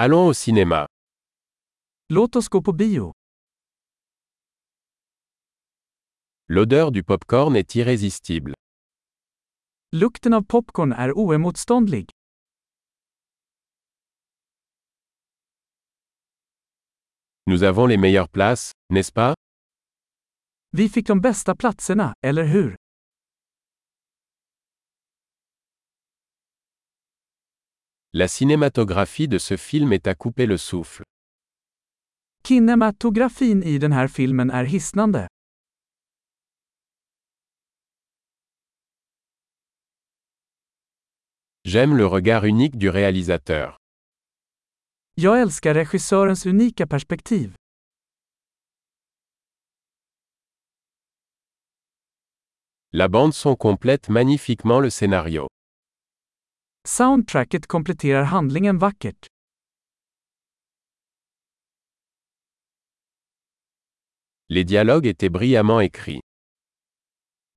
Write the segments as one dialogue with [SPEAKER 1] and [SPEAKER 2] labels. [SPEAKER 1] Allons au cinéma.
[SPEAKER 2] Låt oss gå på bio.
[SPEAKER 1] L'odeur du popcorn est irrésistible.
[SPEAKER 2] Lukten av popcorn är oemotståndlig.
[SPEAKER 1] Nous avons les meilleures places, n'est-ce pas
[SPEAKER 2] Vi fick de bästa platserna, eller hur?
[SPEAKER 1] La cinématographie de ce film est à couper le souffle.
[SPEAKER 2] Kinematografin i den här filmen är hisnande.
[SPEAKER 1] J'aime le regard unique du réalisateur.
[SPEAKER 2] Jag älskar regissörens unika perspektiv.
[SPEAKER 1] La bande son complète magnifiquement le scénario.
[SPEAKER 2] Soundtracket kompletterar handlingen vackert.
[SPEAKER 1] Les dialogues étaient brillamment écrits.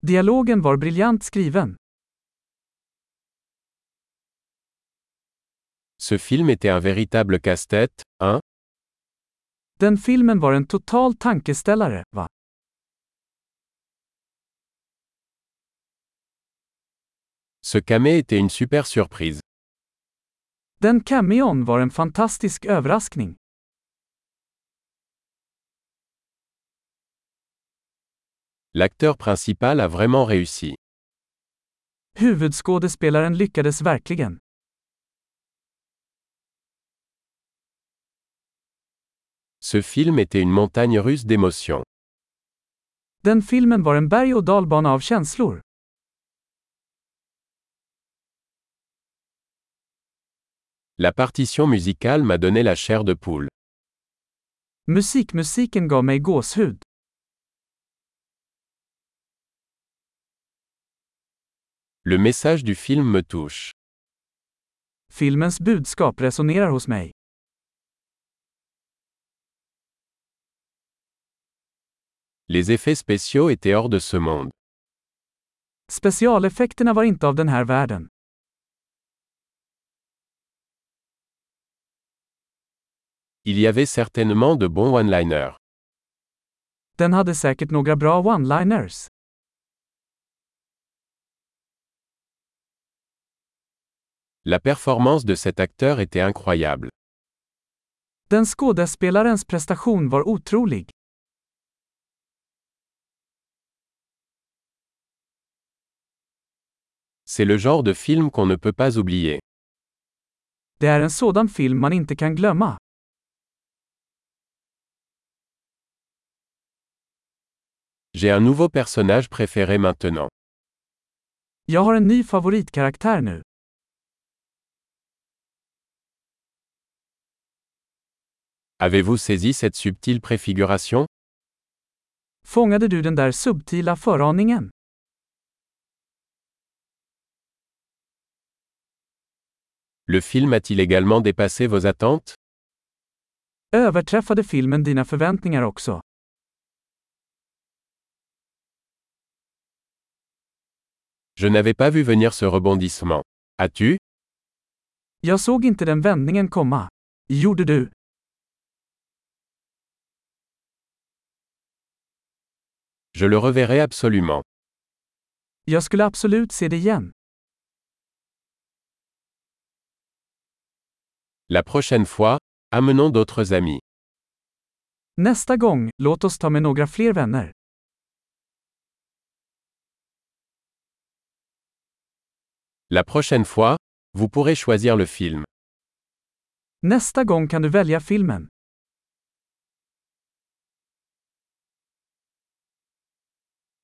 [SPEAKER 2] Dialogen var briljant skriven.
[SPEAKER 1] Ce film était un véritable casse-tête, hein
[SPEAKER 2] Den filmen var en total tankeställare, va?
[SPEAKER 1] Ce camé était une super surprise.
[SPEAKER 2] Den cameon var en fantastisk överraskning.
[SPEAKER 1] L'acteur principal a vraiment réussi.
[SPEAKER 2] Huvudskådespelaren lyckades verkligen.
[SPEAKER 1] Ce film était une montagne russe d'émotions.
[SPEAKER 2] Den filmen var en berg och dalbana av känslor.
[SPEAKER 1] La partition musicale m'a donné la chair de poule.
[SPEAKER 2] Musikmusiken gav mig gåshud.
[SPEAKER 1] Le message du film me touche.
[SPEAKER 2] Filmens budskap resonerar hos mig.
[SPEAKER 1] Les effets spéciaux étaient hors de ce monde.
[SPEAKER 2] Specialeffekterna var inte av den här världen.
[SPEAKER 1] Il y avait certainement de bons one-liners.
[SPEAKER 2] Den hade säkert några bra one-liners.
[SPEAKER 1] La performance de cet acteur était incroyable.
[SPEAKER 2] Den skådespelarens prestation var otrolig.
[SPEAKER 1] C'est le genre de film qu'on ne peut pas oublier.
[SPEAKER 2] Det är en sådan film man inte kan glömma.
[SPEAKER 1] J'ai un nouveau personnage préféré maintenant.
[SPEAKER 2] Jag har en ny favoritkaraktär nu.
[SPEAKER 1] Avez-vous saisi cette subtile préfiguration
[SPEAKER 2] Fångade du den där subtila föraningen?
[SPEAKER 1] Le film a-t-il également dépassé vos attentes
[SPEAKER 2] Överträffade filmen dina förväntningar också?
[SPEAKER 1] Je n'avais pas vu venir ce rebondissement. As-tu
[SPEAKER 2] Jag såg inte den vändningen komma. Gjorde du?
[SPEAKER 1] Je le reverrai absolument.
[SPEAKER 2] Jag skulle absolut se det igen.
[SPEAKER 1] La prochaine fois, amenons d'autres amis.
[SPEAKER 2] Nästa gång, låt oss ta med några fler vänner.
[SPEAKER 1] La prochaine fois, vous pourrez choisir le film.
[SPEAKER 2] Nästa gång kan du välja filmen.